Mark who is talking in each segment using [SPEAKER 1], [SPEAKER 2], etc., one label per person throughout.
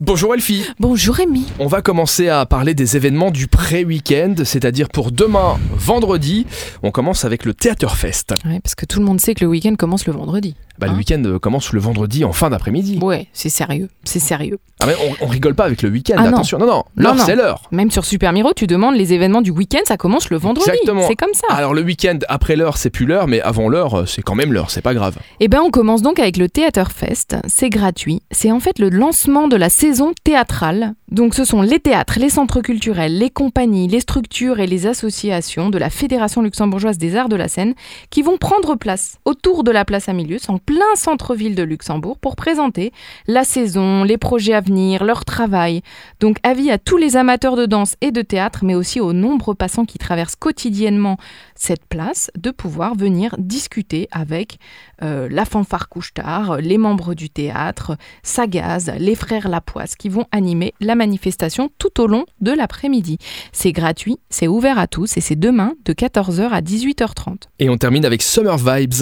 [SPEAKER 1] Bonjour Elfie,
[SPEAKER 2] Bonjour Rémi.
[SPEAKER 1] on va commencer à parler des événements du pré-week-end, c'est-à-dire pour demain, vendredi, on commence avec le Theaterfest.
[SPEAKER 2] Ouais, parce que tout le monde sait que le week-end commence le vendredi.
[SPEAKER 1] Bah, le
[SPEAKER 2] Hein
[SPEAKER 1] week-end euh, commence le vendredi en fin d'après-midi.
[SPEAKER 2] Ouais, c'est sérieux, c'est sérieux.
[SPEAKER 1] Ah mais on, on rigole pas avec le week-end,
[SPEAKER 2] Ah non.
[SPEAKER 1] attention, non non,
[SPEAKER 2] Non,
[SPEAKER 1] l'heure
[SPEAKER 2] non.
[SPEAKER 1] c'est l'heure.
[SPEAKER 2] Même sur Super Miro, tu demandes les événements du week-end, ça commence le vendredi.
[SPEAKER 1] Exactement.
[SPEAKER 2] C'est comme ça.
[SPEAKER 1] Alors le week-end après l'heure c'est plus l'heure, mais avant l'heure euh, c'est quand même l'heure, c'est pas grave.
[SPEAKER 2] Eh ben, on commence donc avec le Theaterfest. C'est gratuit. C'est en fait le lancement de la saison théâtrale. Donc, ce sont les théâtres, les centres culturels, les compagnies, les structures et les associations de la Fédération luxembourgeoise des arts de la scène qui vont prendre place autour de la place Amilius, en plein centre-ville de Luxembourg, pour présenter la saison, les projets à venir, leur travail. Donc, avis à tous les amateurs de danse et de théâtre, mais aussi aux nombreux passants qui traversent quotidiennement cette place, de pouvoir venir discuter avec euh, la fanfare Couche-Tard, les membres du théâtre, Sagaz, les frères Lapoisse qui vont animer la manifestation tout au long de l'après-midi. C'est gratuit, c'est ouvert à tous et c'est demain de 14h à 18h30.
[SPEAKER 1] Et on termine avec Summer Vibes.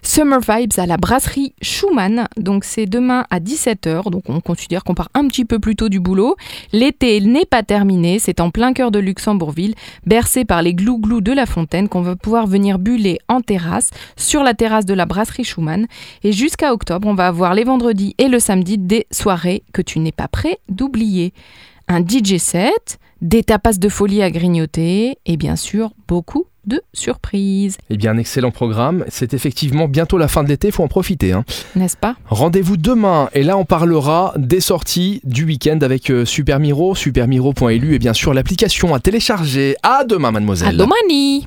[SPEAKER 2] Summer Vibes à la brasserie Schumann. Donc c'est demain à 17h. Donc on considère qu'on part un petit peu plus tôt du boulot. L'été n'est pas terminé. C'est en plein cœur de Luxembourgville, bercé par les glou-glous de la fontaine, qu'on va pouvoir venir buller en terrasse, sur la terrasse de la brasserie Schumann. Et jusqu'à octobre, on va avoir les vendredis et le samedi des soirées que tu n'es pas prêt d'oublier. Un DJ set, des tapas de folie à grignoter et bien sûr beaucoup de surprises.
[SPEAKER 1] Eh bien un excellent programme, c'est effectivement bientôt la fin de l'été, faut en profiter. Hein.
[SPEAKER 2] N'est-ce pas
[SPEAKER 1] Rendez-vous demain et là on parlera des sorties du week-end avec euh, Super Miro, supermiro.lu et bien sûr l'application à télécharger. À demain mademoiselle.
[SPEAKER 2] À domani